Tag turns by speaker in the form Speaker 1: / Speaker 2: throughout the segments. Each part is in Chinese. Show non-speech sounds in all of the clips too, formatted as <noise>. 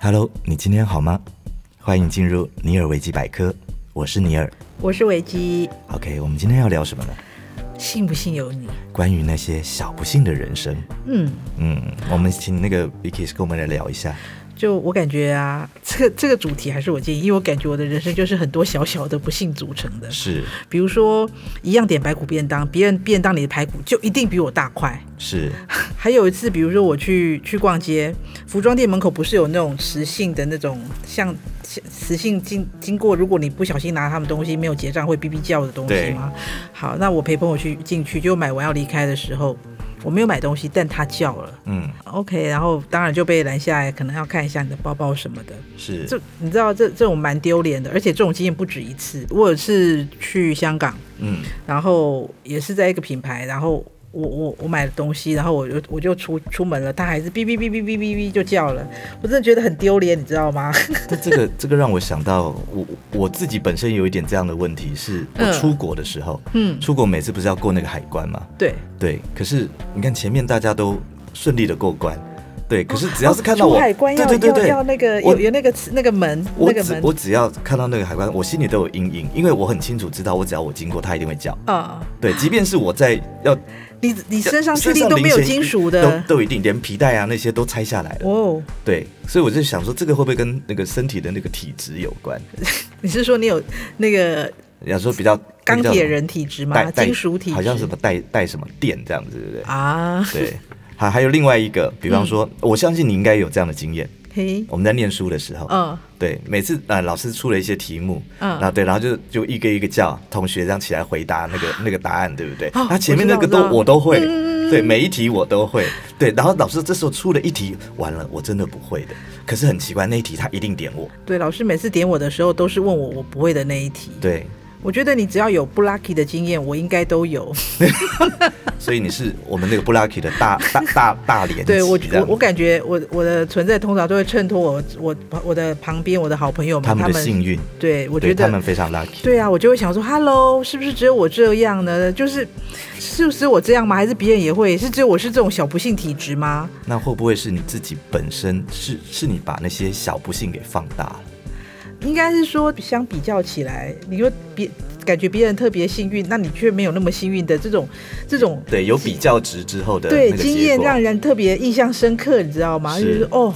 Speaker 1: Hello，你今天好吗？欢迎进入尼尔维基百科，我是尼尔。
Speaker 2: 我是维基，
Speaker 1: OK，我们今天要聊什么呢？
Speaker 2: 信不信由你。
Speaker 1: 关于那些小不幸的人生。
Speaker 2: 嗯，
Speaker 1: 嗯，我们请那个 Vicky 跟我们来聊一下。
Speaker 2: 就我感觉啊，这个这个主题还是我建议，因为我感觉我的人生就是很多小小的不幸组成的。
Speaker 1: 是
Speaker 2: 比如说，一样点排骨便当，别人便当里的排骨就一定比我大块。
Speaker 1: 是，
Speaker 2: 还有一次，比如说我去去逛街，服装店门口不是有那种磁性的那种，像像磁性经经过，如果你不小心拿他们东西没有结账会哔哔叫的东西
Speaker 1: 对
Speaker 2: 吗？好，那我陪朋友去进去，就买完要离开的时候，我没有买东西，但他叫了。
Speaker 1: 嗯，
Speaker 2: OK，然后当然就被拦下来，可能要看一下你的包包什么的。
Speaker 1: 是，
Speaker 2: 这你知道这这种蛮丢脸的，而且这种经验不止一次。我有次去香港，
Speaker 1: 嗯，
Speaker 2: 然后也是在一个品牌，然后我我我买了东西，然后我就我就出出门了，他还是哔哔哔哔哔哔哔就叫了，我真的觉得很丢脸，你知道吗？ <laughs>
Speaker 1: 但这个这个让我想到我我自己本身有一点这样的问题，是我
Speaker 2: 嗯
Speaker 1: 出国的时候，
Speaker 2: 嗯，
Speaker 1: 出国每次不是要过那个海关吗？
Speaker 2: 对，
Speaker 1: 对，可是你看前面大家都顺利的过关，对，可是只要是看到我，
Speaker 2: 哦出海关要
Speaker 1: 对对对对，
Speaker 2: 要要那个
Speaker 1: 我
Speaker 2: 有有那个那个门
Speaker 1: 我
Speaker 2: 那个
Speaker 1: 只
Speaker 2: 门
Speaker 1: 我只要看到那个海关，我心里都有阴影，因为我很清楚知道，我只要我经过，他一定会叫。
Speaker 2: 啊、
Speaker 1: 对，即便是我在要
Speaker 2: 你你 <laughs> 身上确
Speaker 1: 身
Speaker 2: 定
Speaker 1: 上
Speaker 2: 都没有
Speaker 1: 零钱
Speaker 2: 金属的
Speaker 1: 都都一定连皮带啊那些都拆下来了。
Speaker 2: 哦。
Speaker 1: 对，所以我就想说，这个会不会跟那个身体的那个体质有关？
Speaker 2: 你是说你有那个
Speaker 1: 要说比较那
Speaker 2: 钢
Speaker 1: 个叫
Speaker 2: 铁
Speaker 1: 什么
Speaker 2: 人体质
Speaker 1: 带
Speaker 2: 吗？
Speaker 1: 带
Speaker 2: 金属体质
Speaker 1: 好像什么带带什么电这样子，对不对？
Speaker 2: 啊？
Speaker 1: 对，还还有另外一个，比
Speaker 2: 嗯
Speaker 1: 方说，我相信你应该有这样的经验。
Speaker 2: <laughs> 嘿，
Speaker 1: 我们在念书的时候，
Speaker 2: 嗯
Speaker 1: 对，每次呃老师出了一些题目，
Speaker 2: 嗯
Speaker 1: 然后对，然后就就一个一个叫同学这样起来回答那
Speaker 2: <gasps>
Speaker 1: 个那个答案，对不对？
Speaker 2: 哦
Speaker 1: 他前面那个都
Speaker 2: 我知道
Speaker 1: 我都会，
Speaker 2: 嗯
Speaker 1: 对，每一题我都会，对，然后老师这时候出了一题，完了我真的不会的，可是很奇怪那一题他一定点我，
Speaker 2: 对，老师每次点我的时候都是问我我不会的那一题。
Speaker 1: 对，
Speaker 2: 我觉得你只要有不 lucky 的经验，我应该
Speaker 1: <laughs>
Speaker 2: 都有。
Speaker 1: 所以你是我们那个布拉 k 的大 <laughs> 大大大连
Speaker 2: 对我
Speaker 1: 级这
Speaker 2: 我
Speaker 1: 样
Speaker 2: 我感觉我我的存在通常都会衬托我我我的旁边我的好朋友们
Speaker 1: 他们的幸运，
Speaker 2: 对我
Speaker 1: 对
Speaker 2: 觉
Speaker 1: 他
Speaker 2: 得
Speaker 1: 们非常 lucky，
Speaker 2: 对啊，我就会想说，Hello，是不是只有我这样呢？就是是不是我这样吗？还是别人也会？是只有我是这种小不幸体质吗？
Speaker 1: 那会不会是你自己本身是是你把那些小不幸给放大了？
Speaker 2: 应该是说，相比较起来，你说别感觉别人特别幸运，那你却没有那么幸运的这种这种
Speaker 1: 对，有比较值之后的
Speaker 2: 对
Speaker 1: 那个
Speaker 2: 经
Speaker 1: 结
Speaker 2: 验，
Speaker 1: 果
Speaker 2: 让人特别印象深刻，你知道吗？
Speaker 1: 是
Speaker 2: 就是哦，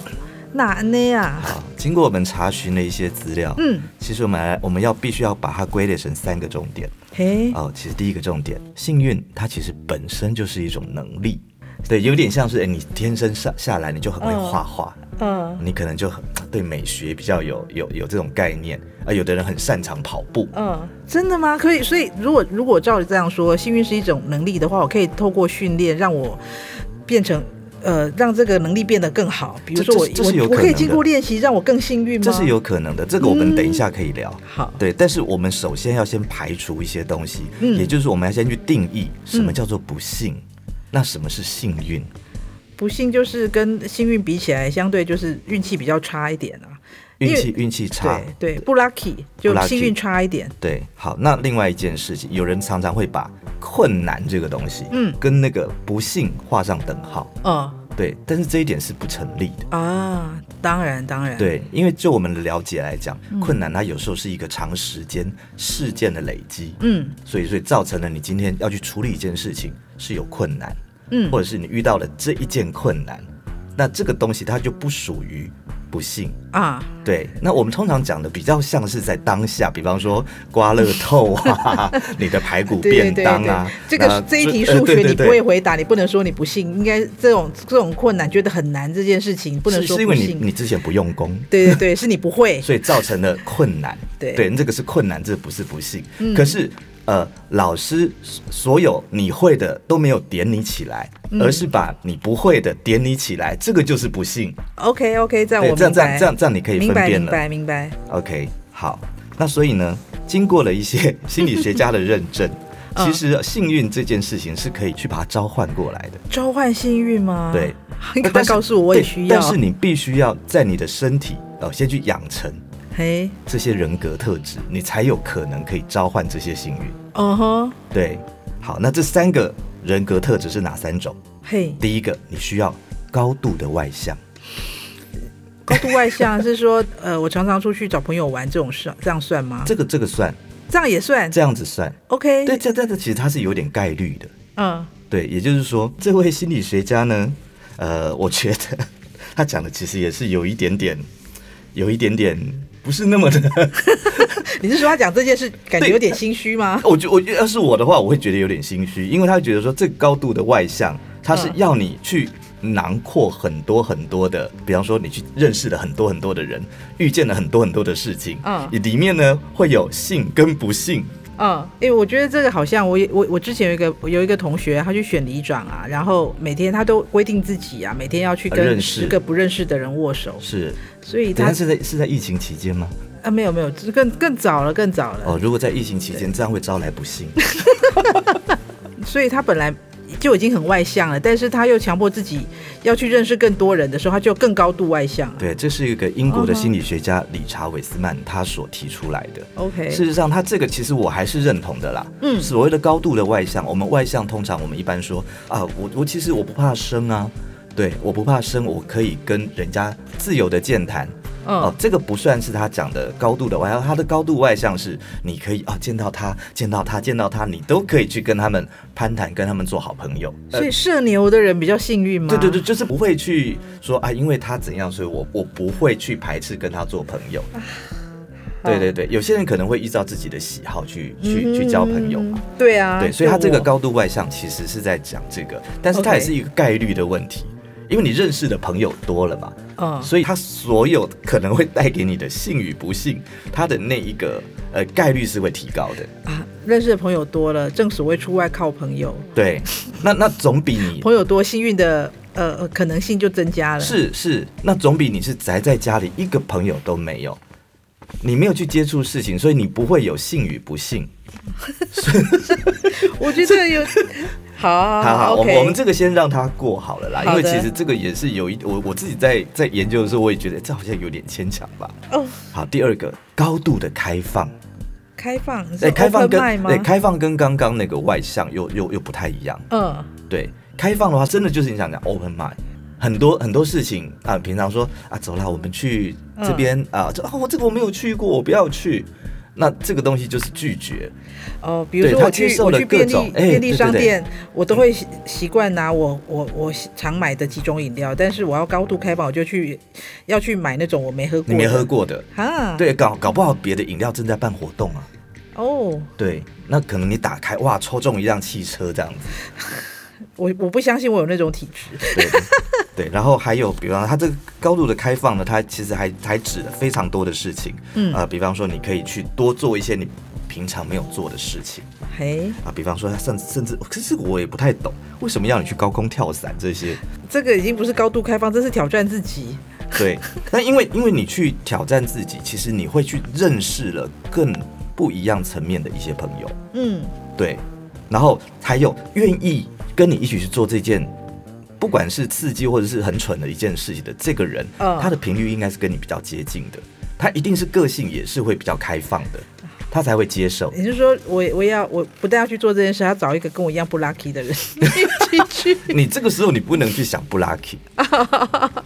Speaker 2: 那那啊，
Speaker 1: 好，经过我们查询了一些资料，
Speaker 2: 嗯，
Speaker 1: 其实我们来我们要必须要把它归类成三个重点
Speaker 2: 嘿，
Speaker 1: 哦。其实第一个重点，幸运它其实本身就是一种能力，对，有点像是哎、你天生下下来你就很会画画，
Speaker 2: 嗯
Speaker 1: 你可能就很对美学比较有有有这种概念啊。有的人很擅长跑步，
Speaker 2: 嗯，真的吗？可以，所以如果如果照这样说，幸运是一种能力的话，我可以透过训练让我变成。呃，让这个能力变得更好，比如说我
Speaker 1: 这这是有
Speaker 2: 我
Speaker 1: 可
Speaker 2: 我
Speaker 1: 能的
Speaker 2: 可以经过练习让我更幸运吗？
Speaker 1: 这是有可能的。这个我们等一下可以聊。
Speaker 2: 好，
Speaker 1: 对，但是我们首先要先排除一些东西，
Speaker 2: 嗯
Speaker 1: 也就是我们要先去定义什么叫做不幸，那什么是幸运？
Speaker 2: 不幸就是跟幸运比起来，相对就是运气比较差一点啊。因
Speaker 1: 运
Speaker 2: 为
Speaker 1: 气运气差。
Speaker 2: 对对，不 lucky 就
Speaker 1: lucky
Speaker 2: 幸运差一点。
Speaker 1: 对，好，那另外一件事情，有人常常会把困难这个东西，
Speaker 2: 嗯
Speaker 1: 跟那个不幸画上等号，
Speaker 2: 嗯
Speaker 1: 对，但是这一点是不成立的，
Speaker 2: 啊，当然当然，，
Speaker 1: 对，因为就我们的了解来讲，
Speaker 2: 嗯
Speaker 1: 困难它有时候是一个长时间事件的累积，
Speaker 2: 嗯
Speaker 1: 所以所以造成了你今天要去处理一件事情是有困难，
Speaker 2: 嗯
Speaker 1: 或者是你遇到了这一件困难，那这个东西它就不属于不幸，
Speaker 2: 啊，
Speaker 1: 对，那我们通常讲的比较像是在当下，比方说刮乐透
Speaker 2: <laughs>
Speaker 1: 啊，你的排骨
Speaker 2: 对对
Speaker 1: 便
Speaker 2: 对
Speaker 1: 当啊
Speaker 2: 对，，这
Speaker 1: 那
Speaker 2: 个这一题
Speaker 1: 呃
Speaker 2: 数学
Speaker 1: 对
Speaker 2: 你
Speaker 1: 对
Speaker 2: 不
Speaker 1: 对
Speaker 2: 会回答，你不能说你不信，应该这种这种困难觉得很难这件事情，不能
Speaker 1: 是
Speaker 2: 说
Speaker 1: 是因
Speaker 2: 不
Speaker 1: 为你
Speaker 2: 信。
Speaker 1: 你之前不用功，
Speaker 2: 对对对， <laughs> 是你不会。
Speaker 1: 所以造成了困难。
Speaker 2: <laughs> 对嗯
Speaker 1: 这个是困难，这不是不幸。可是呃，老师所有你会的都没有点你起来，
Speaker 2: 嗯
Speaker 1: 而是把你不会的点你起来，这个就是不幸。
Speaker 2: OK OK，这样
Speaker 1: 对，
Speaker 2: 我
Speaker 1: 这样
Speaker 2: 明
Speaker 1: 这样
Speaker 2: 白，
Speaker 1: 这样这样你可以
Speaker 2: 明
Speaker 1: 分
Speaker 2: 白
Speaker 1: 辨
Speaker 2: 明
Speaker 1: 了。
Speaker 2: 白明白。
Speaker 1: OK，好，那所以呢，经过了一些 <laughs> 心理学家的认证，
Speaker 2: <laughs> 嗯
Speaker 1: 其实幸运这件事情是可以去把它召唤过来的。
Speaker 2: 召唤幸运吗？
Speaker 1: 对，
Speaker 2: <laughs> 你
Speaker 1: 但
Speaker 2: 赶快
Speaker 1: 是
Speaker 2: 告诉我，我也
Speaker 1: 对
Speaker 2: 需要。
Speaker 1: 但是你必须要在你的身体呃先去养成
Speaker 2: 嘿，
Speaker 1: 这些人格特质，你才有可能可以召唤这些幸运。
Speaker 2: 哦吼，
Speaker 1: 对，好，那这三个人格特质是哪三种？
Speaker 2: 嘿，
Speaker 1: 第一个，你需要高度的外向。
Speaker 2: 高度外向是说，呃，我常常出去找朋友玩，这种算这样算吗？
Speaker 1: 这个这个算，
Speaker 2: 这样也算
Speaker 1: 这样子算。
Speaker 2: ？OK，
Speaker 1: 对，这这这其实它是有点概率的。
Speaker 2: 嗯，
Speaker 1: 对，也就是说，这位心理学家呢，呃，我觉得他讲的其实也是有一点点，有一点点不是那么的。 <laughs>
Speaker 2: 你是说他讲这件事感觉有点心
Speaker 1: <laughs>
Speaker 2: 虚吗？
Speaker 1: 我觉我觉得要是我的话，我会觉得有点心虚，因为他会觉得说这个高度的外向，他是
Speaker 2: 嗯
Speaker 1: 要你去囊括很多很多的，比方说你去认识了很多很多的人，遇见了很多很多的事情，
Speaker 2: 嗯
Speaker 1: 里面呢会有幸跟不幸，
Speaker 2: 嗯，因为我觉得这个好像我也我我之前有一个有一个同学，他去选里长啊，然后每天他都规定自己啊，每天要去跟
Speaker 1: 认识
Speaker 2: 十个不认识的人握手，
Speaker 1: 是，
Speaker 2: 所以
Speaker 1: 但
Speaker 2: 他
Speaker 1: 是在是在疫情期间吗？
Speaker 2: 啊没有没有，这更更早了更早了，
Speaker 1: 哦，如果在疫情期间，这样会招来不幸。
Speaker 2: 所以他本来就已经很外向了，但是他又强迫自己要去认识更多人的时候，他就更高度外向了。
Speaker 1: 对，这是一个英国的心理学家理查韦斯曼他所提出来的。
Speaker 2: OK，
Speaker 1: 事实上，他这个其实我还是认同的啦。
Speaker 2: 嗯
Speaker 1: 所谓的高度的外向，我们外向通常我们一般说啊，我我其实我不怕生啊，对，我不怕生，我可以跟人家自由的健谈。
Speaker 2: 嗯
Speaker 1: 哦，这个不算是他讲的高度的外向，他的高度外向是你可以啊、见到他，见到他，见到他，你都可以去跟他们攀谈，跟他们做好朋友。呃
Speaker 2: 所以社牛的人比较幸运吗？
Speaker 1: 对对对，就是不会去说啊，因为他怎样，所以我我不会去排斥跟他做朋友。
Speaker 2: 嗯
Speaker 1: 对对对，有些人可能会依照自己的喜好去去、去交朋友嘛。
Speaker 2: 嗯对啊，
Speaker 1: 对，所以他这个
Speaker 2: 就我
Speaker 1: 高度外向其实是在讲这个，但是它也
Speaker 2: OK
Speaker 1: 是一个概率的问题。因为你认识的朋友多了嘛，
Speaker 2: 嗯
Speaker 1: 所以他所有可能会带给你的幸与不幸，他的那一个呃概率是会提高的。
Speaker 2: 啊，认识的朋友多了，正所谓出外靠朋友，
Speaker 1: 对，那那总比你
Speaker 2: 朋友多，幸运的呃呃可能性就增加了。
Speaker 1: 是是，那总比你是宅在家里一个朋友都没有，你没有去接触事情，所以你不会有幸与不幸。
Speaker 2: 我觉
Speaker 1: <laughs>
Speaker 2: 得有好
Speaker 1: 好好，我们
Speaker 2: 哦 OK
Speaker 1: 我们这个先让它过好了啦，因
Speaker 2: 好
Speaker 1: 为
Speaker 2: 的
Speaker 1: 其实这个也是有一我我自己在在研究的时候，我也觉得这好像有点牵强吧。
Speaker 2: 哦
Speaker 1: 好，第二个高度的开放，
Speaker 2: 开放，你
Speaker 1: 哎，
Speaker 2: 说
Speaker 1: 开放
Speaker 2: open
Speaker 1: 跟
Speaker 2: mind 吗？
Speaker 1: 哎开放跟刚刚那个外向又又又不太一样。
Speaker 2: 嗯
Speaker 1: 对，开放的话，真的就是你想讲 open mind，很多很多事情啊，平常说啊，走啦，我们去这边、啊，这啊，我这个我没有去过，我不要去。那这个东西就是拒绝，
Speaker 2: 哦，比如
Speaker 1: 对
Speaker 2: 说
Speaker 1: 他
Speaker 2: 我去
Speaker 1: 接受
Speaker 2: 我
Speaker 1: 了
Speaker 2: 去
Speaker 1: 各
Speaker 2: 便利
Speaker 1: 种哎
Speaker 2: 便利商
Speaker 1: 对对对
Speaker 2: 店，我都会习习惯拿我我我常买的几种饮料，但是我要高度开放，我就去要去买那种我没喝过的，
Speaker 1: 你没喝过的，
Speaker 2: 啊？
Speaker 1: 对，搞搞不好别的饮料正在办活动啊，
Speaker 2: 哦，
Speaker 1: 对，那可能你打开哇，抽中一辆汽车这样 <laughs> 子，
Speaker 2: 我我不相信我有那种体质，
Speaker 1: 对对，然后还有，比方说它这个高度的开放呢，它其实还还指了非常多的事情，
Speaker 2: 嗯
Speaker 1: 啊、比方说你可以去多做一些你平常没有做的事情。
Speaker 2: 嘿。
Speaker 1: 啊，比方说他甚甚至，可是我也不太懂，为什么要你去高空跳伞这些？
Speaker 2: 这个已经不是高度开放，这是挑战自己。
Speaker 1: 对，但因为因为你去挑战自己，其实你会去认识了更不一样层面的一些朋友，
Speaker 2: 嗯，
Speaker 1: 对，然后还有愿意跟你一起去做这件。不管是刺激或者是很蠢的一件事情的这个人，
Speaker 2: 嗯
Speaker 1: 他的频率应该是跟你比较接近的，他一定是个性也是会比较开放的，他才会接受。
Speaker 2: 也就是说我我要我不但要去做这件事，还要找一个跟我一样不 lucky 的人一起 <laughs> 去。
Speaker 1: 你这个时候你不能去想不
Speaker 2: <laughs>
Speaker 1: lucky，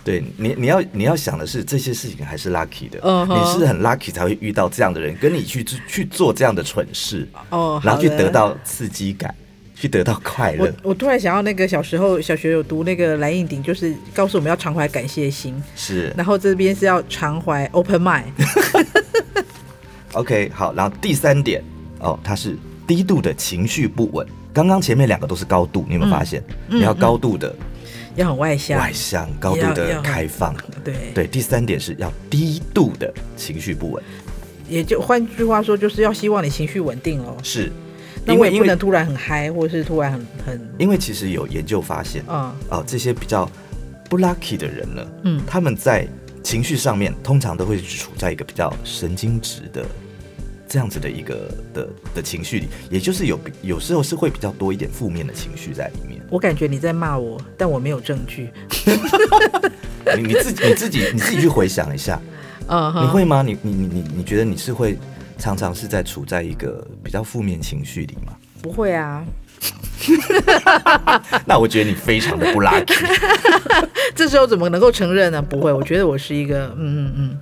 Speaker 1: 对你你要你要想的是这些事情还是 lucky 的
Speaker 2: 嗯哼
Speaker 1: 你是很 lucky 才会遇到这样的人，跟你去去做这样的蠢事，
Speaker 2: 哦，
Speaker 1: 然后去
Speaker 2: 好的
Speaker 1: 得。到刺激感，去得到快乐
Speaker 2: 我，我突然想到那个小时候小学有读那个蓝印鼎，就是告诉我们要常怀感谢心，
Speaker 1: 是
Speaker 2: 然后这边是要常怀 open mind。
Speaker 1: <laughs> OK 好，然后第三点哦，它是低度的情绪不稳。刚刚前面两个都是高度，你有没有发
Speaker 2: 嗯
Speaker 1: 现？你要高度的
Speaker 2: 要很外向，
Speaker 1: 外向，高度
Speaker 2: 要
Speaker 1: 的
Speaker 2: 要
Speaker 1: 开放，
Speaker 2: 对，
Speaker 1: 对。第三点是要低度的情绪不稳，
Speaker 2: 也就换句话说，就是要希望你情绪稳定咯。
Speaker 1: 是
Speaker 2: 那
Speaker 1: 因
Speaker 2: 我
Speaker 1: 为
Speaker 2: 也
Speaker 1: 因
Speaker 2: 不
Speaker 1: 为
Speaker 2: 能突然很嗨，或是突然很很
Speaker 1: 因为其实有研究发现，
Speaker 2: 啊、
Speaker 1: 啊，这些比较不 lucky 的人呢，
Speaker 2: 嗯
Speaker 1: 他们在情绪上面通常都会处在一个比较神经质的这样子的一个的的情绪里，也就是有有时候是会比较多一点负面的情绪在里面。
Speaker 2: 我感觉你在骂我，但我没有证据。
Speaker 1: 你你自己你自己你自己去回想一下，
Speaker 2: <laughs> 嗯哼，
Speaker 1: 你会
Speaker 2: <laughs>
Speaker 1: 吗？你你你你你觉得你是会常常是在处在一个比较负面情绪里吗？
Speaker 2: 不会啊，
Speaker 1: 那我觉得你非常的不 lucky。
Speaker 2: 这时候怎么能够承认呢？不会，我觉得我是一个，嗯嗯嗯，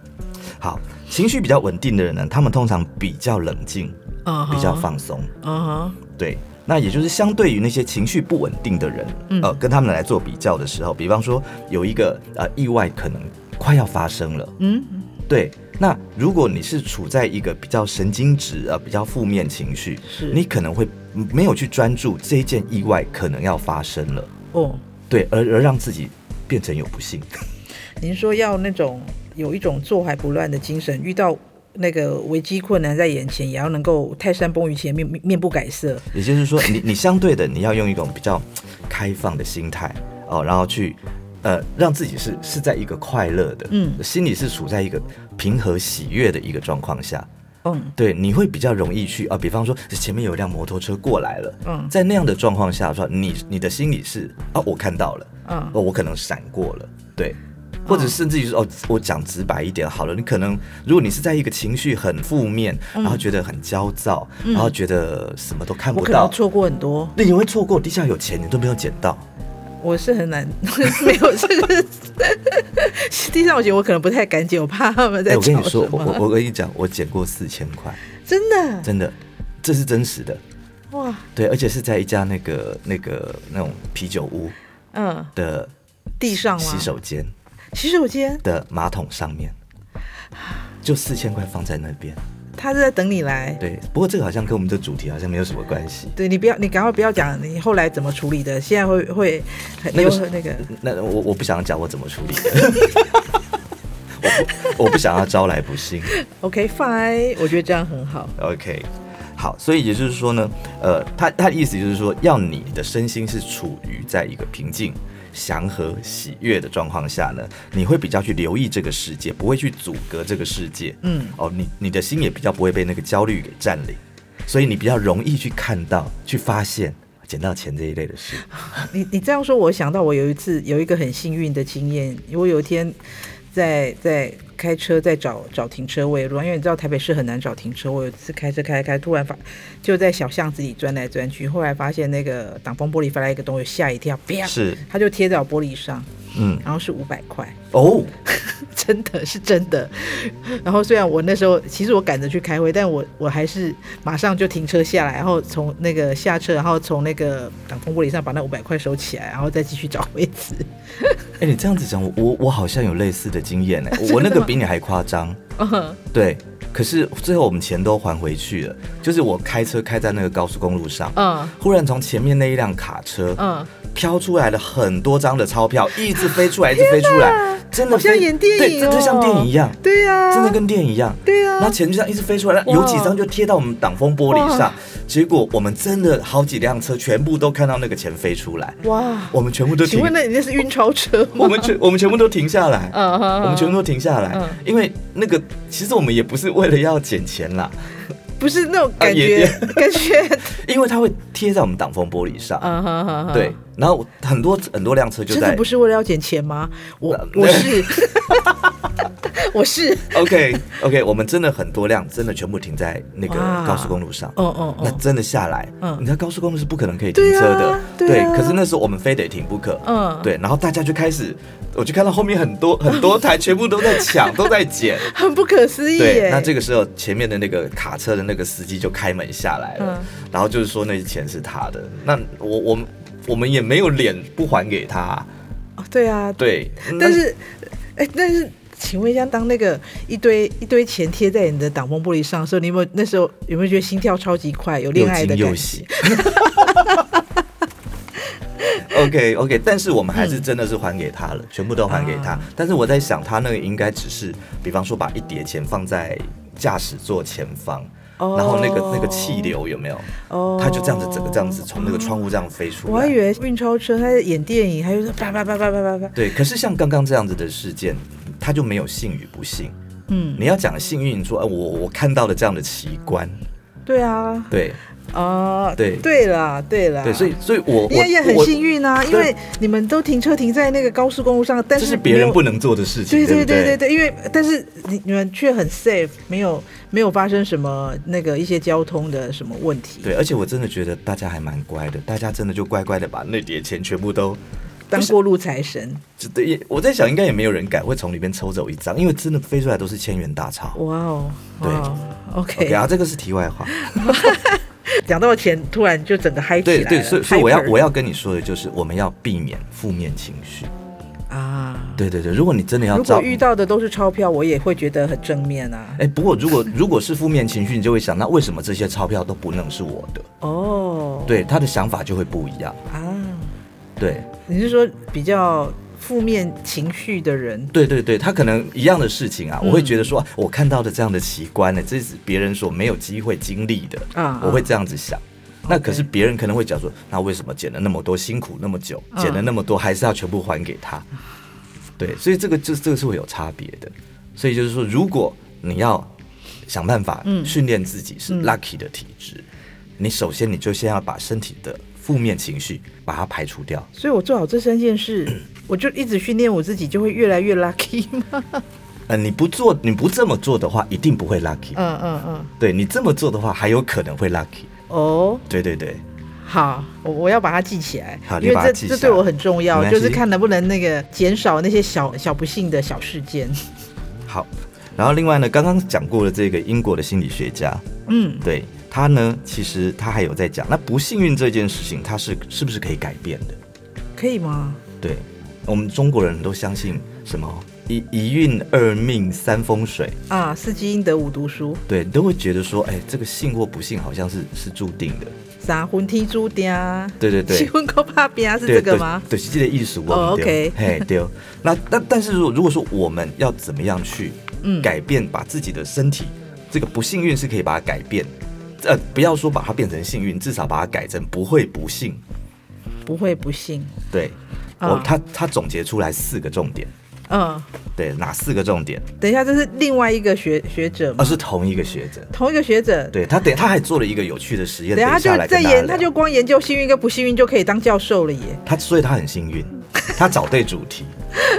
Speaker 1: 好，情绪比较稳定的人呢，他们通常比较冷静，
Speaker 2: 嗯哼
Speaker 1: 比较，放松。
Speaker 2: 嗯哼，
Speaker 1: 对，那也就是相对于那些情绪不稳定的人，
Speaker 2: 嗯
Speaker 1: 呃，跟他们来做比较的时候，比方说有一个呃意外可能快要发生了，
Speaker 2: 嗯，
Speaker 1: 对，那如果你是处在一个比较神经质呃比较负面情绪，
Speaker 2: 是
Speaker 1: 你可能会没有去专注这一件意外可能要发生了，
Speaker 2: 哦，
Speaker 1: 对，而而让自己变成有不幸。
Speaker 2: 您说要那种有一种坐怀不乱的精神，遇到那个危机困难在眼前，也要能够泰山崩于前面面面不改色。
Speaker 1: 也就是说，你你相对的，你要用一种比较开放的心态哦，然后去呃，让自己是是在一个快乐的，
Speaker 2: 嗯
Speaker 1: 心里是处在一个平和喜悦的一个状况下，
Speaker 2: 嗯
Speaker 1: 对，你会比较容易去啊、比方说前面有一辆摩托车过来了，
Speaker 2: 嗯
Speaker 1: 在那样的状况下说，你你的心里是啊，我看到了，
Speaker 2: 嗯
Speaker 1: 哦，我可能闪过了，对。或者甚至于说哦，我讲直白一点好了，你可能如果你是在一个情绪很负面，
Speaker 2: 嗯
Speaker 1: 然后觉得很焦躁，然后觉得什么都看
Speaker 2: 我
Speaker 1: 不
Speaker 2: 可能
Speaker 1: 到，
Speaker 2: 错过很多，
Speaker 1: 那你会错过地下有钱，你都没有捡到。
Speaker 2: 我是很难没有这个地上有钱，我可能不太敢捡，我怕他们在
Speaker 1: 哎，我跟
Speaker 2: 吵
Speaker 1: 你
Speaker 2: 什
Speaker 1: 说，我
Speaker 2: 么。
Speaker 1: 我我跟你讲，我捡过四千块，
Speaker 2: 真的
Speaker 1: 真的，这是真实的。
Speaker 2: 哇，
Speaker 1: 对，而且是在一家那个那个那种啤酒屋
Speaker 2: 嗯，
Speaker 1: 的
Speaker 2: 地上吗？
Speaker 1: 洗手间
Speaker 2: 洗手间，
Speaker 1: 的马桶上面，就四千块放在那边。
Speaker 2: 他是在等你来。
Speaker 1: 对，不过这个好像跟我们这主题好像没有什么关系。
Speaker 2: 对你不要，你赶快不要讲你后来怎么处理的，现在会会很
Speaker 1: 那
Speaker 2: 有
Speaker 1: 个是
Speaker 2: 那个
Speaker 1: 那我我不想讲我怎么处理的， <laughs> 我不我不想要招来不幸。
Speaker 2: OK fine，我觉得这样很好。
Speaker 1: OK，好，所以也就是说呢，呃，他他的意思就是说，要你的身心是处于在一个平静、祥和、喜悦的状况下呢，你会比较去留意这个世界，不会去阻隔这个世界。
Speaker 2: 嗯
Speaker 1: 哦，你你的心也比较不会被那个焦虑给占领，所以你比较容易去看到、去发现、捡到钱这一类的事。
Speaker 2: 你你这样说，我想到我有一次有一个很幸运的经验，我有一天在在开车在找找停车位，因为你知道台北市很难找停车位。我有一次开车开开，突然发就在小巷子里钻来钻去，后来发现那个挡风玻璃翻来一个东西，吓一跳，啪，
Speaker 1: 是，
Speaker 2: 它就贴在我玻璃上，
Speaker 1: 嗯，
Speaker 2: 然后是五百块。
Speaker 1: 哦，
Speaker 2: <laughs> 真的是真的。然后虽然我那时候其实我赶着去开会，但我我还是马上就停车下来，然后从那个下车，然后从那个挡风玻璃上把那五百块收起来，然后再继续找位置。
Speaker 1: 哎、你这样子讲，我我我好像有类似的经验呢、我那个比你还夸张。
Speaker 2: 嗯
Speaker 1: 对，可是最后我们钱都还回去了。就是我开车开在那个高速公路上，
Speaker 2: 嗯
Speaker 1: 忽然从前面那一辆卡车
Speaker 2: 嗯，
Speaker 1: 飘出来了很多张的钞票，一直飞出来，一直飞出来，真的
Speaker 2: 好像
Speaker 1: 飞
Speaker 2: 演电
Speaker 1: 对
Speaker 2: 影
Speaker 1: 这就像
Speaker 2: 哦
Speaker 1: 电影一样，
Speaker 2: 对呀、
Speaker 1: 真的跟电影一样。
Speaker 2: 对啊呀、
Speaker 1: 然后钱就这样一直飞出来，有几张就贴到我们挡风玻璃上
Speaker 2: 哇，
Speaker 1: 结果我们真的好几辆车全部都看到那个钱飞出来，
Speaker 2: 哇！
Speaker 1: 我们全部都
Speaker 2: 请
Speaker 1: 停
Speaker 2: 问那你那是晕超车吗？
Speaker 1: 我们
Speaker 2: <laughs>
Speaker 1: 全我们全部都停下来，
Speaker 2: 嗯哼
Speaker 1: 我们全部都停下来，
Speaker 2: 嗯
Speaker 1: 因为那个其实我们也不是为了要捡钱啦，
Speaker 2: 不是那种感
Speaker 1: 啊也
Speaker 2: 觉，感觉，
Speaker 1: 因为它会贴在我们挡风玻璃上，
Speaker 2: <laughs> 嗯哼哼哼
Speaker 1: 对，，然后很多很多辆车就
Speaker 2: 真的
Speaker 1: 在
Speaker 2: 不是为了要捡钱吗？我
Speaker 1: 呃
Speaker 2: 我
Speaker 1: <laughs>
Speaker 2: 是，我是，
Speaker 1: OK OK，我们真的很多辆真的全部停在那个
Speaker 2: 哇
Speaker 1: 高速公路上。
Speaker 2: 哦哦
Speaker 1: 那
Speaker 2: 哦，
Speaker 1: 真的下来，
Speaker 2: 嗯
Speaker 1: 你在高速公路是不可能可以停车
Speaker 2: 对
Speaker 1: 的，
Speaker 2: 啊对啊
Speaker 1: 可是那时候我们非得停不可，
Speaker 2: 嗯
Speaker 1: 对。然后大家就开始，我就看到后面很多 <laughs> 很多台全部都在抢，都在捡，
Speaker 2: <laughs> 很不可思议
Speaker 1: 对
Speaker 2: 耶。，
Speaker 1: 那这个时候前面的那个卡车的那个司机就开门下来
Speaker 2: 嗯
Speaker 1: 了，然后就是说那些钱是他的，那我我们我们也没有脸不还给他，
Speaker 2: 哦对啊，
Speaker 1: 对，
Speaker 2: 但是，哎、但是，请问一下，当那个一堆一堆钱贴在你的挡风玻璃上的时候，你有没有那时候有没有觉得心跳超级快，有
Speaker 1: 那
Speaker 2: 恋爱的
Speaker 1: 又惊又
Speaker 2: 感
Speaker 1: <laughs>
Speaker 2: 觉？
Speaker 1: 喜。OK OK，但是我们还是真的是还给他了，全部都还给他。
Speaker 2: 嗯啊
Speaker 1: 但是我在想，他那个应该只是，比方说把一叠钱放在驾驶座前方，
Speaker 2: 哦
Speaker 1: 然后那个那个气流有没有？
Speaker 2: 哦
Speaker 1: 他就这样子整个这样子从那个窗户这样飞出来。
Speaker 2: 我还以为运钞车他在演电影，他就是叭叭叭叭叭叭叭，
Speaker 1: 对，可是像刚刚这样子的事件，他就没有幸与不幸。
Speaker 2: 嗯，
Speaker 1: 呃你要讲幸运，你说，哎、我我看到了这样的奇观，
Speaker 2: 对啊，
Speaker 1: 对，
Speaker 2: 哦，
Speaker 1: 对
Speaker 2: 对啦，对啦，
Speaker 1: 对，所以所以我
Speaker 2: 啊你
Speaker 1: 我
Speaker 2: 也也很
Speaker 1: 我
Speaker 2: 幸运啊，因
Speaker 1: 对
Speaker 2: 为你们都停车停在那个高速公路上，但
Speaker 1: 这是
Speaker 2: 没有
Speaker 1: 别人不能做的事情，
Speaker 2: 对
Speaker 1: 对
Speaker 2: 对对对
Speaker 1: 不对。
Speaker 2: 对，因为但是你你们却很 safe，没有没有发生什么那个一些交通的什么问题，
Speaker 1: 对，而且我真的觉得大家还蛮乖的，大家真的就乖乖的把那叠钱全部都，
Speaker 2: 当过路财神，
Speaker 1: 就对，也我在想应该也没有人敢会从里面抽走一张，因为真的飞出来都是千元大钞。
Speaker 2: 哇哦，
Speaker 1: 对
Speaker 2: 哇哦
Speaker 1: OK
Speaker 2: ，OK，
Speaker 1: 啊，这个是题外话。
Speaker 2: 讲到钱突然就整个嗨起
Speaker 1: 对
Speaker 2: 来了，
Speaker 1: 对，所以所以我要
Speaker 2: hyper
Speaker 1: 我要跟你说的就是，我们要避免负面情绪。
Speaker 2: 啊，
Speaker 1: 对对对，如果你真的要
Speaker 2: 如
Speaker 1: 照
Speaker 2: 果，遇到的都是钞票，我也会觉得很正面啊，
Speaker 1: 哎，不过如果 <laughs> 如果是负面情绪，你就会想，那为什么这些钞票都不能是我的？
Speaker 2: 哦，
Speaker 1: 对，他的想法就会不一样。
Speaker 2: 啊，
Speaker 1: 对
Speaker 2: 你是说比较负面情绪的人？
Speaker 1: 对对对，他可能一样的事情啊，
Speaker 2: 嗯
Speaker 1: 我会觉得说，啊我看到的这样的奇观呢，这是别人所没有机会经历的，
Speaker 2: 啊
Speaker 1: 我会
Speaker 2: 啊
Speaker 1: 这样子想。那
Speaker 2: OK
Speaker 1: 可是别人可能会讲说，那为什么捡了那么多，辛苦那么久，
Speaker 2: 嗯
Speaker 1: 捡了那么多，还是要全部还给他？对，所以这个就这个是会有差别的。所以就是说，如果你要想办法
Speaker 2: 嗯
Speaker 1: 训练自己是
Speaker 2: 嗯
Speaker 1: lucky 的体质，你首先你就先要把身体的负面情绪把它排除掉。
Speaker 2: 所以我做好这三件事，我就一直训练我自己，就会越来越 lucky 吗？
Speaker 1: 呃，你不做，你不这么做的话，一定不会 lucky。
Speaker 2: 嗯嗯嗯，
Speaker 1: 对你这么做的话，还有可能会 lucky。
Speaker 2: 哦，
Speaker 1: 对对对，
Speaker 2: 好，我我要把它记起来
Speaker 1: 好，你
Speaker 2: 因为
Speaker 1: 把它
Speaker 2: 这
Speaker 1: 记
Speaker 2: 这
Speaker 1: 下
Speaker 2: 对
Speaker 1: 来
Speaker 2: 我很重
Speaker 1: 没
Speaker 2: 要，
Speaker 1: 关
Speaker 2: 就是
Speaker 1: 系
Speaker 2: 看能不能那个减少那些小小不幸的小事件。
Speaker 1: 好。然后另外呢，刚刚讲过的这个英国的心理学家，
Speaker 2: 嗯，
Speaker 1: 对他呢，其实他还有在讲，那不幸运这件事情，它是是不是可以改变的？
Speaker 2: 可以吗？
Speaker 1: 对我们中国人都相信什么一一运二命三风水，
Speaker 2: 啊，四积阴德五读书，
Speaker 1: 对，都会觉得说，哎，这个幸或不幸好像是是注定的。
Speaker 2: 啥魂踢猪嗲，
Speaker 1: 对对对
Speaker 2: 七，魂高怕边是
Speaker 1: 对
Speaker 2: 这个吗？
Speaker 1: 对，是这个意思。我
Speaker 2: 哦
Speaker 1: 对
Speaker 2: OK
Speaker 1: 嘿，对。那那但是如果如果说我们要怎么样去
Speaker 2: 嗯
Speaker 1: 改变，把自己的身体这个不幸运是可以把它改变，呃，不要说把它变成幸运，至少把它改成不会不幸。
Speaker 2: 不会不幸。
Speaker 1: 对，
Speaker 2: 啊
Speaker 1: 我他他总结出来四个重点，
Speaker 2: 嗯，
Speaker 1: 对，哪四个重点？
Speaker 2: 等一下，这是另外一个学学者
Speaker 1: 而
Speaker 2: 吗？
Speaker 1: 是同一个学者。
Speaker 2: 同一个学者，
Speaker 1: 哦对他，等他还做了一个有趣的实验，
Speaker 2: 等一下他
Speaker 1: 下
Speaker 2: 就
Speaker 1: 来
Speaker 2: 在
Speaker 1: 跟大
Speaker 2: 研，
Speaker 1: 家
Speaker 2: 他
Speaker 1: 聊
Speaker 2: 就光研究幸运跟不幸运就可以当教授了耶。
Speaker 1: 他，所以他很幸运，他找对主
Speaker 2: <laughs>
Speaker 1: 题，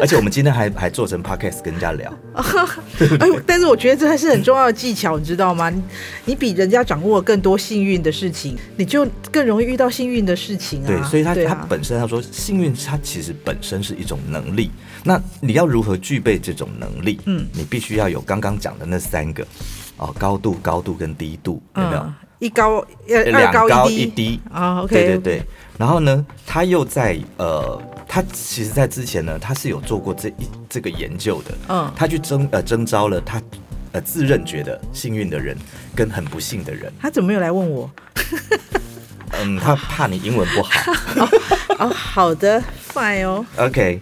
Speaker 1: 而且我们今天还还做成 podcast 跟人家聊。
Speaker 2: <laughs> 哎呦，但是我觉得这还是很重要的技巧，你知道吗？你你比人家掌握更多幸运的事情，你就更容易遇到幸运的事情啊。
Speaker 1: 对，所以他、他
Speaker 2: 啊、
Speaker 1: 本身他说幸运，它其实本身是一种能力。那你要如何具备这种能力？
Speaker 2: 嗯
Speaker 1: 你必须要有刚刚讲的那三个，哦，高度、高度跟低度，有没有？
Speaker 2: 嗯，一高呃
Speaker 1: 两
Speaker 2: 二
Speaker 1: 高
Speaker 2: 一
Speaker 1: 一低
Speaker 2: 啊，OK，
Speaker 1: 对对对。然后呢，他又在呃，他其实在之前呢，他是有做过这一这个研究的。
Speaker 2: 嗯
Speaker 1: 他去征呃征招了他呃自认觉得幸运的人跟很不幸的人。
Speaker 2: 他怎么没有来问我？
Speaker 1: 嗯，
Speaker 2: <laughs>
Speaker 1: 他怕你英文不好。
Speaker 2: 哦，好的，fine 哦，
Speaker 1: OK，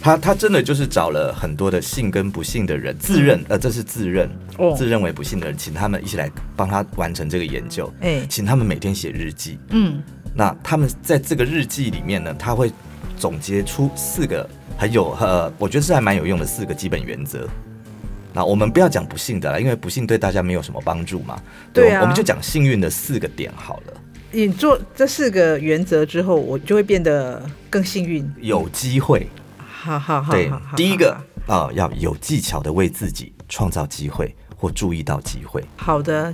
Speaker 1: 他他真的就是找了很多的幸跟不幸的人，自认、呃这是自认、
Speaker 2: 哦
Speaker 1: 自认为不幸的人，请他们一起来帮他完成这个研究，
Speaker 2: 哎
Speaker 1: 请他们每天写日记。
Speaker 2: 嗯，
Speaker 1: 那他们在这个日记里面呢，他会总结出四个很有呃，我觉得是还蛮有用的四个基本原则。那我们不要讲不幸的啦，因为不幸对大家没有什么帮助嘛。
Speaker 2: 对啊
Speaker 1: 我们就讲幸运的四个点好了。
Speaker 2: 你做这四个原则之后，我就会变得更幸运。
Speaker 1: 有机会，
Speaker 2: 好好好，
Speaker 1: 对
Speaker 2: 好好，
Speaker 1: 第一
Speaker 2: 好
Speaker 1: 个啊、要有技巧的为自己创造机会或注意到机会。
Speaker 2: 好的，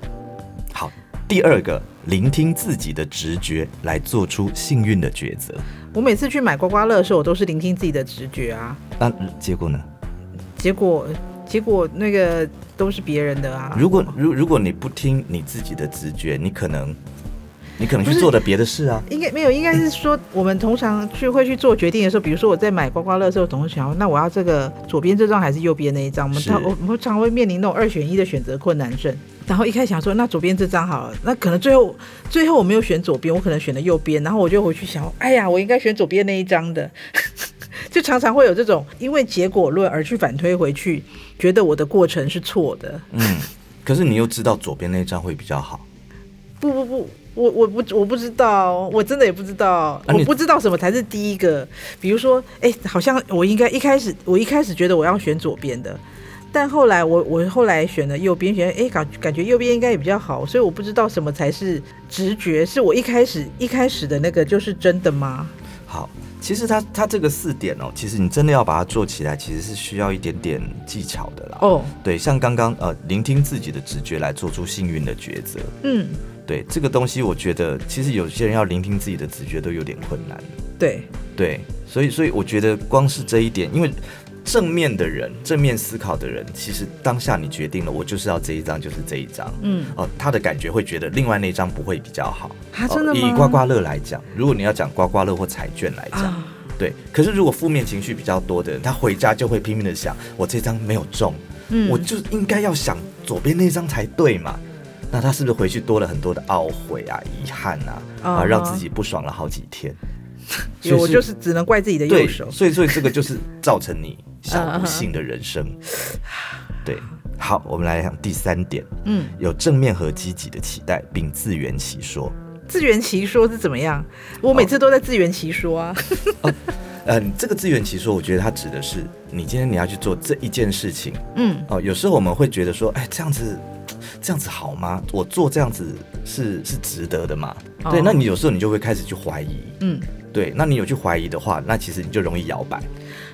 Speaker 1: 好，第二个，聆听自己的直觉来做出幸运的抉择。
Speaker 2: 我每次去买刮刮乐的时候，我都是聆听自己的直觉啊，
Speaker 1: 那结果呢？
Speaker 2: 结果结果那个都是别人的啊。
Speaker 1: 如果如如果你不听你自己的直觉，你可能你可能
Speaker 2: 不
Speaker 1: 去
Speaker 2: 是
Speaker 1: 做了别的事
Speaker 2: <laughs>
Speaker 1: 啊。
Speaker 2: 应该没有，应该是说我们通常去会去做决定的时候，比如说我在买刮刮乐的时候，总会想，那我要这个左边这张还是右边那一张？我们
Speaker 1: 是
Speaker 2: 常我们常会面临那种二选一的选择困难症。然后一开始想说，那左边这张好了，那可能最后最后我没有选左边，我可能选了右边，然后我就回去想，哎呀，我应该选左边那一张的。 <laughs> 就常常会有这种因为结果论而去反推回去，觉得我的过程是错的。
Speaker 1: 嗯，可是你又知道左边那张会比较好。
Speaker 2: 不不不，我我不我不知道，我真的也不知道，
Speaker 1: 啊
Speaker 2: 我
Speaker 1: 你
Speaker 2: 不知道什么才是第一个。比如说，哎、好像我应该一开始，我一开始觉得我要选左边的，但后来我我后来选了右边，选哎感感觉右边应该也比较好，所以我不知道什么才是直觉，是我一开始一开始的那个就是真的吗？
Speaker 1: 好，其实它它这个四点哦，其实你真的要把它做起来，其实是需要一点点技巧的啦。
Speaker 2: 哦，
Speaker 1: 对，像刚刚呃，聆听自己的直觉来做出幸运的抉择。
Speaker 2: 嗯，
Speaker 1: 对这个东西，我觉得其实有些人要聆听自己的直觉都有点困难。
Speaker 2: 对，
Speaker 1: 对，所以所以我觉得光是这一点，因为正面的人、正面思考的人，其实当下你决定了，我就是要这一张，就是这一张。
Speaker 2: 嗯，
Speaker 1: 哦，他的感觉会觉得另外那张不会比较好。
Speaker 2: 啊真的
Speaker 1: 哦以
Speaker 2: 吗
Speaker 1: 刮刮乐来讲，如果你要讲刮刮乐或彩券来讲，
Speaker 2: 啊，
Speaker 1: 对，可是如果负面情绪比较多的人，他回家就会拼命的想，我这张没有中，
Speaker 2: 嗯
Speaker 1: 我就应该要想左边那张才对嘛。那他是不是回去多了很多的懊悔啊、遗憾啊，
Speaker 2: 啊
Speaker 1: 啊，让自己不爽了好几天？
Speaker 2: <laughs> 有我
Speaker 1: 所以
Speaker 2: 就是只能怪自己的
Speaker 1: 对，
Speaker 2: 右手。
Speaker 1: 所以所以这个就是造成你
Speaker 2: <laughs>
Speaker 1: 小不幸的人生。对，好，我们来讲第三点，
Speaker 2: 嗯，
Speaker 1: 有正面和积极的期待，并自圆其说。
Speaker 2: 自圆其说是怎么样？我每
Speaker 1: 哦
Speaker 2: 次都在自圆其说啊。
Speaker 1: 呃，这个自圆其说，我觉得它指的是你今天你要去做这一件事情，
Speaker 2: 嗯
Speaker 1: 哦，有时候我们会觉得说，哎，这样子，这样子好吗？我做这样子是是值得的嘛？
Speaker 2: 哦
Speaker 1: 对，那你有时候你就会开始去怀疑，
Speaker 2: 嗯
Speaker 1: 对，那你有去怀疑的话，那其实你就容易摇摆，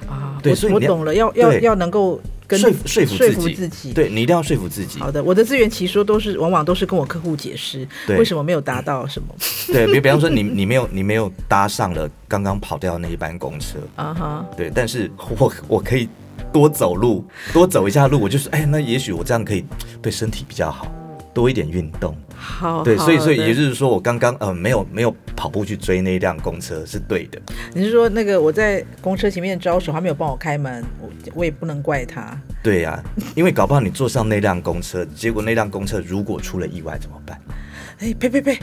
Speaker 2: 啊，
Speaker 1: 对
Speaker 2: 我
Speaker 1: 所以
Speaker 2: 我
Speaker 1: 你要
Speaker 2: 懂了，要要
Speaker 1: 对
Speaker 2: 要能够跟
Speaker 1: 说服说服
Speaker 2: 说
Speaker 1: 自己，
Speaker 2: 服自己。
Speaker 1: 对你一定要说服自己，
Speaker 2: 好的，我的自圆其说都是往往都是跟我客户解释
Speaker 1: 对
Speaker 2: 为什么没有达到
Speaker 1: <laughs>
Speaker 2: 什么
Speaker 1: 对，比比方说你你没有你没有搭上了刚刚跑掉的那一班公车，
Speaker 2: 啊哈，
Speaker 1: 对，但是我我可以多走路，多走一下路，我就是哎，那也许我这样可以对身体比较好，多一点运动。
Speaker 2: 好
Speaker 1: 对，所以所以
Speaker 2: 哦好
Speaker 1: 也
Speaker 2: 的
Speaker 1: 就是说，我刚刚呃没有没有跑步去追那一辆公车是对的，
Speaker 2: 你是说那个我在公车前面招手，他没有帮我开门，我我也不能怪他。
Speaker 1: 对呀、因为搞不好你坐上那辆公车，结果那辆公车如果出了意外怎么办
Speaker 2: 哎，呸呸呸，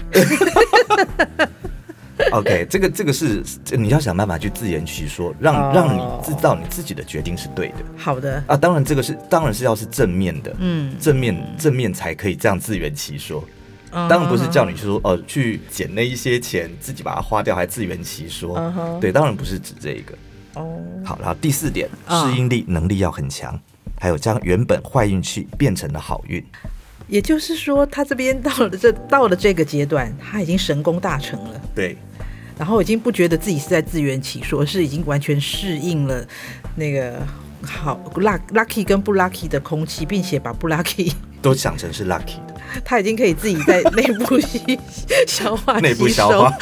Speaker 1: ？OK，这个这个是这你要想办法去自圆其说，让
Speaker 2: 哦
Speaker 1: 让你知道你自己的决定是对的。
Speaker 2: 好的，
Speaker 1: 啊，当然这个是当然是要是正面的，
Speaker 2: 嗯，
Speaker 1: 正面正面才可以这样自圆其说。
Speaker 2: 嗯
Speaker 1: 当然不是叫你去说呃去捡那一些钱自己把它花掉，还自圆其说。
Speaker 2: 嗯哼
Speaker 1: 对，当然不是指这个。
Speaker 2: 哦，
Speaker 1: 好，然后第四点，
Speaker 2: 嗯
Speaker 1: 适应力能力要很强，还有将原本坏运气变成了好运。
Speaker 2: 也就是说他这边到了这到了这个阶段，他已经神功大成了，
Speaker 1: 对
Speaker 2: 然后已经不觉得自己是在自圆其说，是已经完全适应了那个好 luck lucky 跟不 lucky 的空气，并且把不 lucky <laughs>
Speaker 1: 都想成是 lucky 的
Speaker 2: 他已经可以自己在内部吸消化
Speaker 1: 内部
Speaker 2: 吸
Speaker 1: 消
Speaker 2: 收
Speaker 1: 化。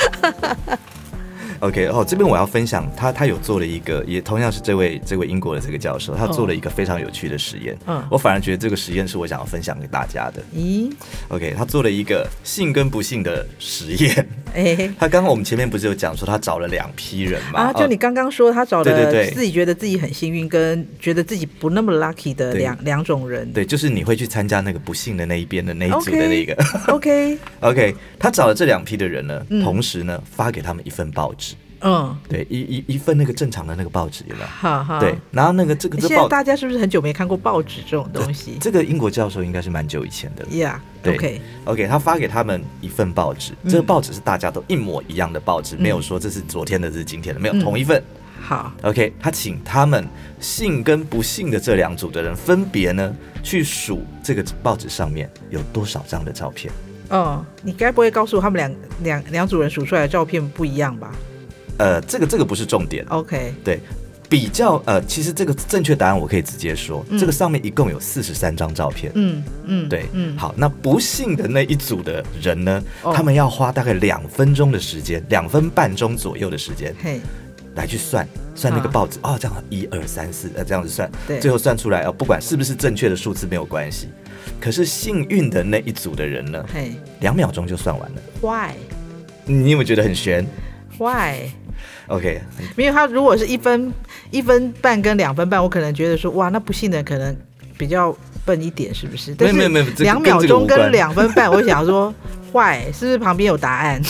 Speaker 1: OK，哦，这边我要分享，他他有做了一个，也同样是这位这位英国的这个教授，他做了一个非常有趣的实验。
Speaker 2: 嗯
Speaker 1: 我反而觉得这个实验是我想要分享给大家的。
Speaker 2: 咦，
Speaker 1: OK，他做了一个信跟不信的实验。 <laughs>
Speaker 2: 哎。
Speaker 1: 他刚刚我们前面不是有讲说他找了两批人嘛？哦
Speaker 2: 啊，就你刚刚说他找
Speaker 1: 呃对对
Speaker 2: 了
Speaker 1: 对
Speaker 2: 自己觉得自己很幸运跟觉得自己不那么 lucky 的
Speaker 1: 对
Speaker 2: 两两种人，
Speaker 1: 呃对，就是你会去参加那个不幸的那一边的那一组
Speaker 2: OK
Speaker 1: 的那个。
Speaker 2: ，OK，
Speaker 1: OK，他找了这两批的人呢，
Speaker 2: 嗯
Speaker 1: 同时呢发给他们一份报纸，
Speaker 2: 嗯，
Speaker 1: 对，一一一份那个正常的那个报纸有没有？
Speaker 2: 哈哈，
Speaker 1: 对，然后那个这个这
Speaker 2: 现在
Speaker 1: 报
Speaker 2: 大家是不是很久没看过报纸这种东西
Speaker 1: 这个英国教授应该是蛮久以前的了。对
Speaker 2: ？Yeah，OK，
Speaker 1: OK，他发给他们一份报纸，
Speaker 2: 嗯
Speaker 1: 这个报纸是大家都一模一样的报纸，没有说这是昨天的，这是今天的，没有
Speaker 2: 嗯
Speaker 1: 同一份。
Speaker 2: 好，
Speaker 1: OK，他请他们信跟不信的这两组的人分别呢去数这个报纸上面有多少张的照片。
Speaker 2: 哦，你该不会告诉我他们两两两组人数出来的照片不一样吧
Speaker 1: 呃，这个这个不是重点，
Speaker 2: ？OK，
Speaker 1: 对，比较呃，其实这个正确答案我可以直接说，
Speaker 2: 嗯
Speaker 1: 这个上面一共有四十三张照片。
Speaker 2: 嗯嗯，
Speaker 1: 对，
Speaker 2: 嗯，
Speaker 1: 好，那不幸的那一组的人呢，
Speaker 2: 哦
Speaker 1: 他们要花大概两分钟的时间，两分半钟左右的时间
Speaker 2: 嘿，
Speaker 1: 来去算算那个
Speaker 2: 啊
Speaker 1: 报纸、哦，这样一二三四，呃，这样子算，
Speaker 2: 对
Speaker 1: 最后算出来哦，不管是不是正确的数字没有关系。可是幸运的那一组的人呢，
Speaker 2: 嘿
Speaker 1: 两秒钟就算完了，
Speaker 2: ，Why？
Speaker 1: 你有没有觉得很悬
Speaker 2: Why？ <laughs>
Speaker 1: ？OK，
Speaker 2: 没有，他如果是一分一分半跟两分半，我可能觉得说，哇，那不幸的可能比较笨一点，是不是？
Speaker 1: 没
Speaker 2: 但
Speaker 1: 有
Speaker 2: 是
Speaker 1: 没有没有这个
Speaker 2: 两
Speaker 1: 跟
Speaker 2: 秒
Speaker 1: 这个
Speaker 2: 钟
Speaker 1: 无关
Speaker 2: 跟两分半，我想说，坏，是不是旁边有答
Speaker 1: <laughs>
Speaker 2: 案？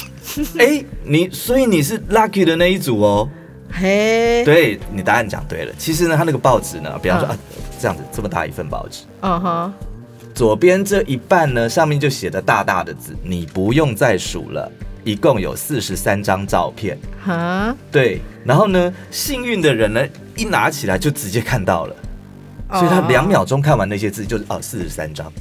Speaker 1: 哎、你所以你是 lucky 的那一组哦。
Speaker 2: 嘿，，
Speaker 1: 对你答案讲对了。其实呢，他那个报纸呢，比方说、
Speaker 2: 哎嗯
Speaker 1: 啊，这样子这么大一份报纸，
Speaker 2: 嗯哼，
Speaker 1: 左边这一半呢，上面就写的大大的字，你不用再数了，一共有四十三张照片。
Speaker 2: 哈，
Speaker 1: 对，然后呢，幸运的人呢，一拿起来就直接看到了。
Speaker 2: 哦
Speaker 1: 所以他两
Speaker 2: 嗯
Speaker 1: 秒钟看完那些字就是啊四十三章，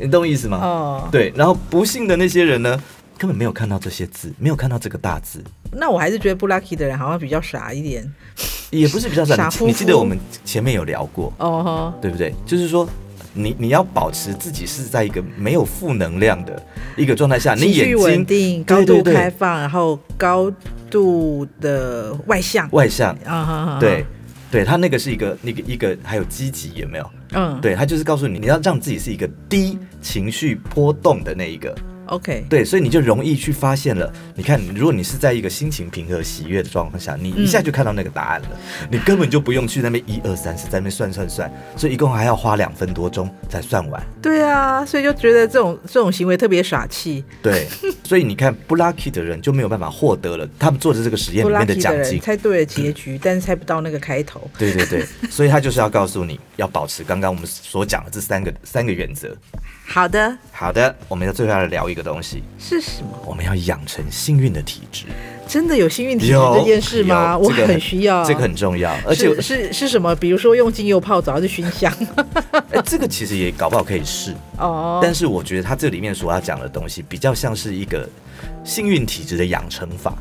Speaker 1: 你懂我意思吗？
Speaker 2: 哦，
Speaker 1: 对，然后不幸的那些人呢，根本没有看到这些字，没有看到这个大字，
Speaker 2: 那我还是觉得不 lucky 的人好像比较傻一点。
Speaker 1: 也不是比较
Speaker 2: 傻
Speaker 1: 少。
Speaker 2: 乎乎
Speaker 1: 你你记得我们前面有聊过，
Speaker 2: 哦
Speaker 1: 对不对？就是说。你你要保持自己是在一个没有负能量的一个状态下，
Speaker 2: 哈，
Speaker 1: 你
Speaker 2: 情绪
Speaker 1: 眼
Speaker 2: 稳
Speaker 1: 睛
Speaker 2: 定，高
Speaker 1: 对
Speaker 2: 度
Speaker 1: 对
Speaker 2: 开
Speaker 1: 对
Speaker 2: 放，然后高度的外向。
Speaker 1: 外向，
Speaker 2: 啊哈哈，
Speaker 1: 对，对他那个是一个那个一个还有积极有没有？
Speaker 2: 嗯，
Speaker 1: 对他就是告诉你，你要让自己是一个低情绪波动的那一个，
Speaker 2: ，OK，
Speaker 1: 对，所以你就容易去发现了。你看，如果你是在一个心情平和、喜悦的状况下，你
Speaker 2: 嗯
Speaker 1: 一下就看到那个答案了，你根本就不用去那边一二三四在那边算算算，所以一共还要花两分多钟才算完。
Speaker 2: 对啊，所以就觉得这种这种行为特别傻气。
Speaker 1: 对，所以你看不 lucky 的人就没有办法获得了他们做的这个实验
Speaker 2: 不
Speaker 1: 里面的
Speaker 2: lucky
Speaker 1: 奖
Speaker 2: 的人
Speaker 1: 金。
Speaker 2: 猜对了
Speaker 1: <clears throat>
Speaker 2: 结局，但是猜不到那个开头。
Speaker 1: 对对对，所以他就是要告诉你要保持刚刚我们所讲的这三个三个原则。
Speaker 2: 好的，
Speaker 1: 好的，我们要最后来聊一个东西，
Speaker 2: 是什么？
Speaker 1: 我们要养成幸运的体质。
Speaker 2: 真的有幸运体质这件事吗？
Speaker 1: 有
Speaker 2: 我
Speaker 1: 这个
Speaker 2: 很需要。
Speaker 1: 这个很重要，而且
Speaker 2: 是是是什么？比如说用精油泡澡还是熏
Speaker 1: <laughs>
Speaker 2: 香？
Speaker 1: 哎，这个其实也搞不好可以试，
Speaker 2: 哦，
Speaker 1: 但是我觉得它这里面所要讲的东西，比较像是一个幸运体质的养成法，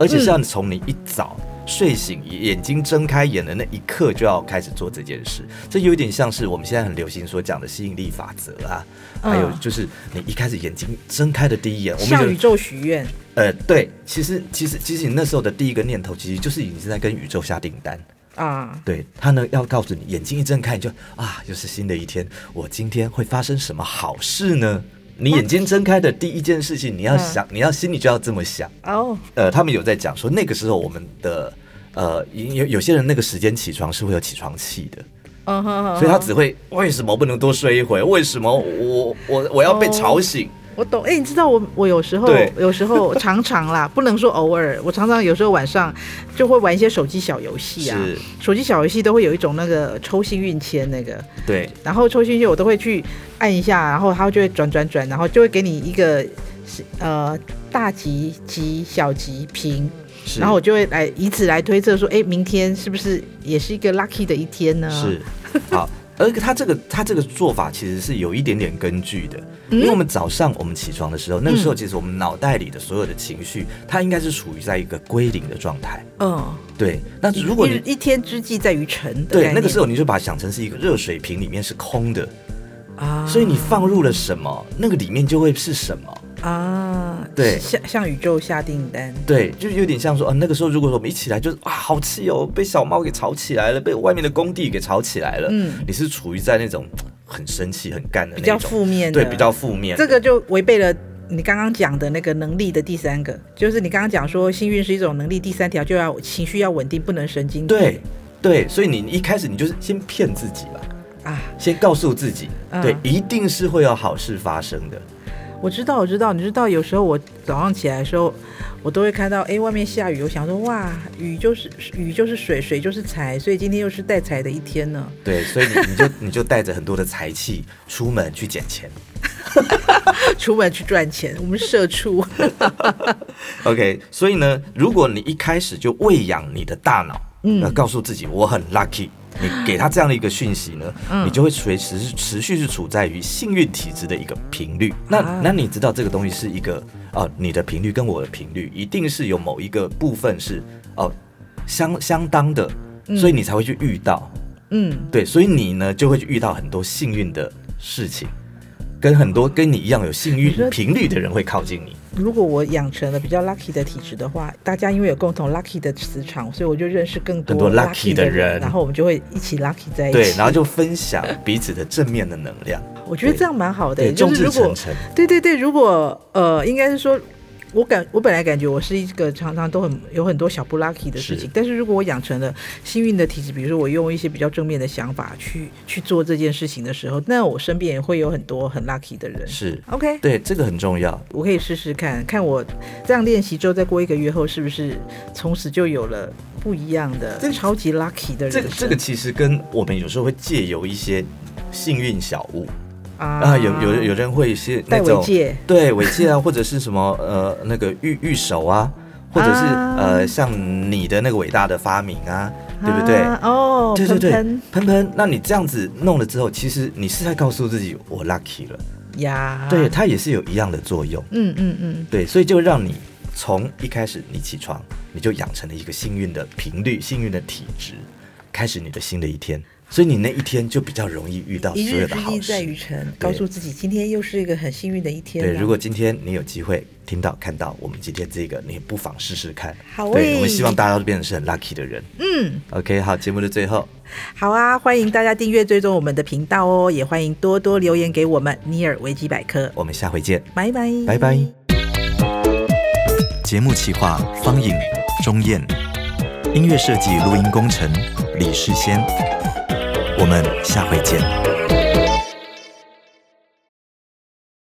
Speaker 1: 而且是要从你一早睡醒、眼睛睁开眼的那一刻就要开始做这件事。这有点像是我们现在很流行所讲的吸引力法则啊，还有
Speaker 2: 嗯
Speaker 1: 就是你一开始眼睛睁开的第一眼，我们
Speaker 2: 向
Speaker 1: 有
Speaker 2: 宇宙许愿。
Speaker 1: 呃，对，其实其实其实你那时候的第一个念头，其实就是你是在跟宇宙下订单。
Speaker 2: 啊，
Speaker 1: 对他呢，要告诉你，眼睛一睁开你就啊，又是新的一天，我今天会发生什么好事呢？你眼睛睁开的第一件事情，你要
Speaker 2: 嗯
Speaker 1: 想，你要心里就要这么想。
Speaker 2: 哦，
Speaker 1: 呃，他们有在讲说，那个时候我们的呃，有有些人那个时间起床是会有起床气的，
Speaker 2: 嗯哼哼，
Speaker 1: 所以他只会为什么不能多睡一会？为什么我我我要
Speaker 2: 哦
Speaker 1: 被吵醒？
Speaker 2: 我懂。哎、你知道我我有时候
Speaker 1: 对
Speaker 2: <laughs> 有时候常常啦，不能说偶尔，我常常有时候晚上就会玩一些手机小游戏啊，
Speaker 1: 是
Speaker 2: 手机小游戏都会有一种那个抽幸运签那个，
Speaker 1: 对，
Speaker 2: 然后抽幸运签我都会去按一下，然后它就会转转转，然后就会给你一个是呃大吉吉小吉平。
Speaker 1: 是
Speaker 2: 然后我就会来以此来推测说，哎，明天是不是也是一个 lucky 的一天呢？
Speaker 1: 是，好，而他这个他这个做法其实是有一点点根据的，因为我们早上我们起床的时候，那个
Speaker 2: 嗯
Speaker 1: 时候其实我们脑袋里的所有的情绪，它应该是处于在一个归零的状态。
Speaker 2: 嗯，
Speaker 1: 对，那如果你
Speaker 2: 一一天之计在于晨的概
Speaker 1: 对
Speaker 2: 念，
Speaker 1: 那个时候你就把它想成是一个热水瓶里面是空的，
Speaker 2: 啊，
Speaker 1: 所以你放入了什么，那个里面就会是什么。
Speaker 2: 啊，
Speaker 1: 对
Speaker 2: 向向宇宙下订单，
Speaker 1: 对，就有点像说，啊，那个时候如果说我们一起来，就是哇，好气哦，被小猫给吵起来了，被外面的工地给吵起来了。
Speaker 2: 嗯，
Speaker 1: 你是处于在那种很生气、很干的
Speaker 2: 比
Speaker 1: 那
Speaker 2: 较
Speaker 1: 种，
Speaker 2: 负面的，
Speaker 1: 对，比较负面的。
Speaker 2: 这个就违背了。你刚刚讲的那个能力的第三个，就是你刚刚讲说幸运是一种能力，第三条就要情绪要稳定，不能神经质
Speaker 1: 对对，所以你一开始你就是先骗自己吧，
Speaker 2: 啊。
Speaker 1: 先告诉自己，
Speaker 2: 嗯
Speaker 1: 对，一定是会有好事发生的。
Speaker 2: 我知道，我知道，你知道，有时候我早上起来的时候，我都会看到，哎，外面下雨，我想说，哇，雨就是雨就是水，水就是财，所以今天又是带财的一天呢。
Speaker 1: 对，所以你你就你就带着很多的财气出门去捡钱。
Speaker 2: 出门去赚钱，我们社畜
Speaker 1: OK，所以呢，如果你一开始就喂养你的大脑，呃
Speaker 2: 嗯
Speaker 1: 要告诉自己我很 lucky，你给他这样的一个讯息呢，
Speaker 2: 嗯
Speaker 1: 你就会随时是持续是处在于幸运体质的一个频率。那、
Speaker 2: 啊
Speaker 1: 那你知道这个东西是一个啊、呃你的频率跟我的频率一定是有某一个部分是哦、呃相相当的，所以你才会去遇到。
Speaker 2: 嗯，
Speaker 1: 对，所以你呢就会去遇到很多幸运的事情，跟很多跟你一样有幸
Speaker 2: 你说
Speaker 1: 运频率的人会靠近你。
Speaker 2: 如果我养成了比较 lucky 的体质的话，大家因为有共同 lucky 的磁场，所以我就认识更多
Speaker 1: 更多
Speaker 2: lucky
Speaker 1: lucky 的
Speaker 2: 的人，
Speaker 1: 人
Speaker 2: 然后我们就会一起 lucky 在一起。
Speaker 1: 对，然后就分享彼此的正面的能
Speaker 2: <laughs>
Speaker 1: 量。
Speaker 2: 我觉得这样蛮好的、
Speaker 1: 对，
Speaker 2: 就
Speaker 1: 众
Speaker 2: 是
Speaker 1: 志
Speaker 2: 如果
Speaker 1: 成城。
Speaker 2: 对对对，如果呃，应该是说，我感我本来感觉我是一个常常都很有很多小不 lucky 的事情
Speaker 1: 是，
Speaker 2: 但是如果我养成了幸运的体质，比如说我用一些比较正面的想法去去做这件事情的时候，那我身边也会有很多很 lucky 的人。
Speaker 1: 是，
Speaker 2: OK，
Speaker 1: 对，这个很重要。
Speaker 2: 我可以试试看，看我这样练习之后，再过一个月后，是不是从此就有了不一样的、
Speaker 1: 这个
Speaker 2: 超级 lucky 的人
Speaker 1: 这
Speaker 2: 生
Speaker 1: 个这个其实跟我们有时候会借由一些幸运小物
Speaker 2: 啊
Speaker 1: 啊，有有有人会一些那
Speaker 2: 戴
Speaker 1: 种
Speaker 2: 尾戒
Speaker 1: 对尾戒啊，或者是什么呃那个玉玉手啊，或者是
Speaker 2: 啊
Speaker 1: 呃像你的那个伟大的发明啊，对不对？
Speaker 2: 哦，
Speaker 1: 对对对，
Speaker 2: 喷
Speaker 1: 喷喷，那你这样子弄了之后，其实你是在告诉自己我 lucky 了，
Speaker 2: 喷呀，
Speaker 1: 对，，它也是有一样的作用，
Speaker 2: 嗯嗯嗯，
Speaker 1: 对，所以就让你从一开始你起床，你就养成了一个幸运的频率、幸运的体质，开始你的新的一天，所以你那一天就比较容易遇到所
Speaker 2: 一
Speaker 1: 有
Speaker 2: 日
Speaker 1: 的
Speaker 2: 之
Speaker 1: 好
Speaker 2: 计
Speaker 1: 事
Speaker 2: 在。于晨，告诉自己今天又是一个很幸运的一天啊。
Speaker 1: 对，如果今天你有机会听到、看到我们今天这个，你不妨试试看。
Speaker 2: 好诶
Speaker 1: 对，我们希望大家都变成是很 lucky 的人。
Speaker 2: 嗯，
Speaker 1: OK，好，节目的最后，
Speaker 2: 好啊，欢迎大家订阅追踪我们的频道哦，也欢迎多多留言给我们尼尔维基百科，
Speaker 1: 我们下回见。
Speaker 2: 拜拜，
Speaker 1: 拜拜节目企划：方颖、钟燕，音乐设计、录音工程：李世先。我们下回见。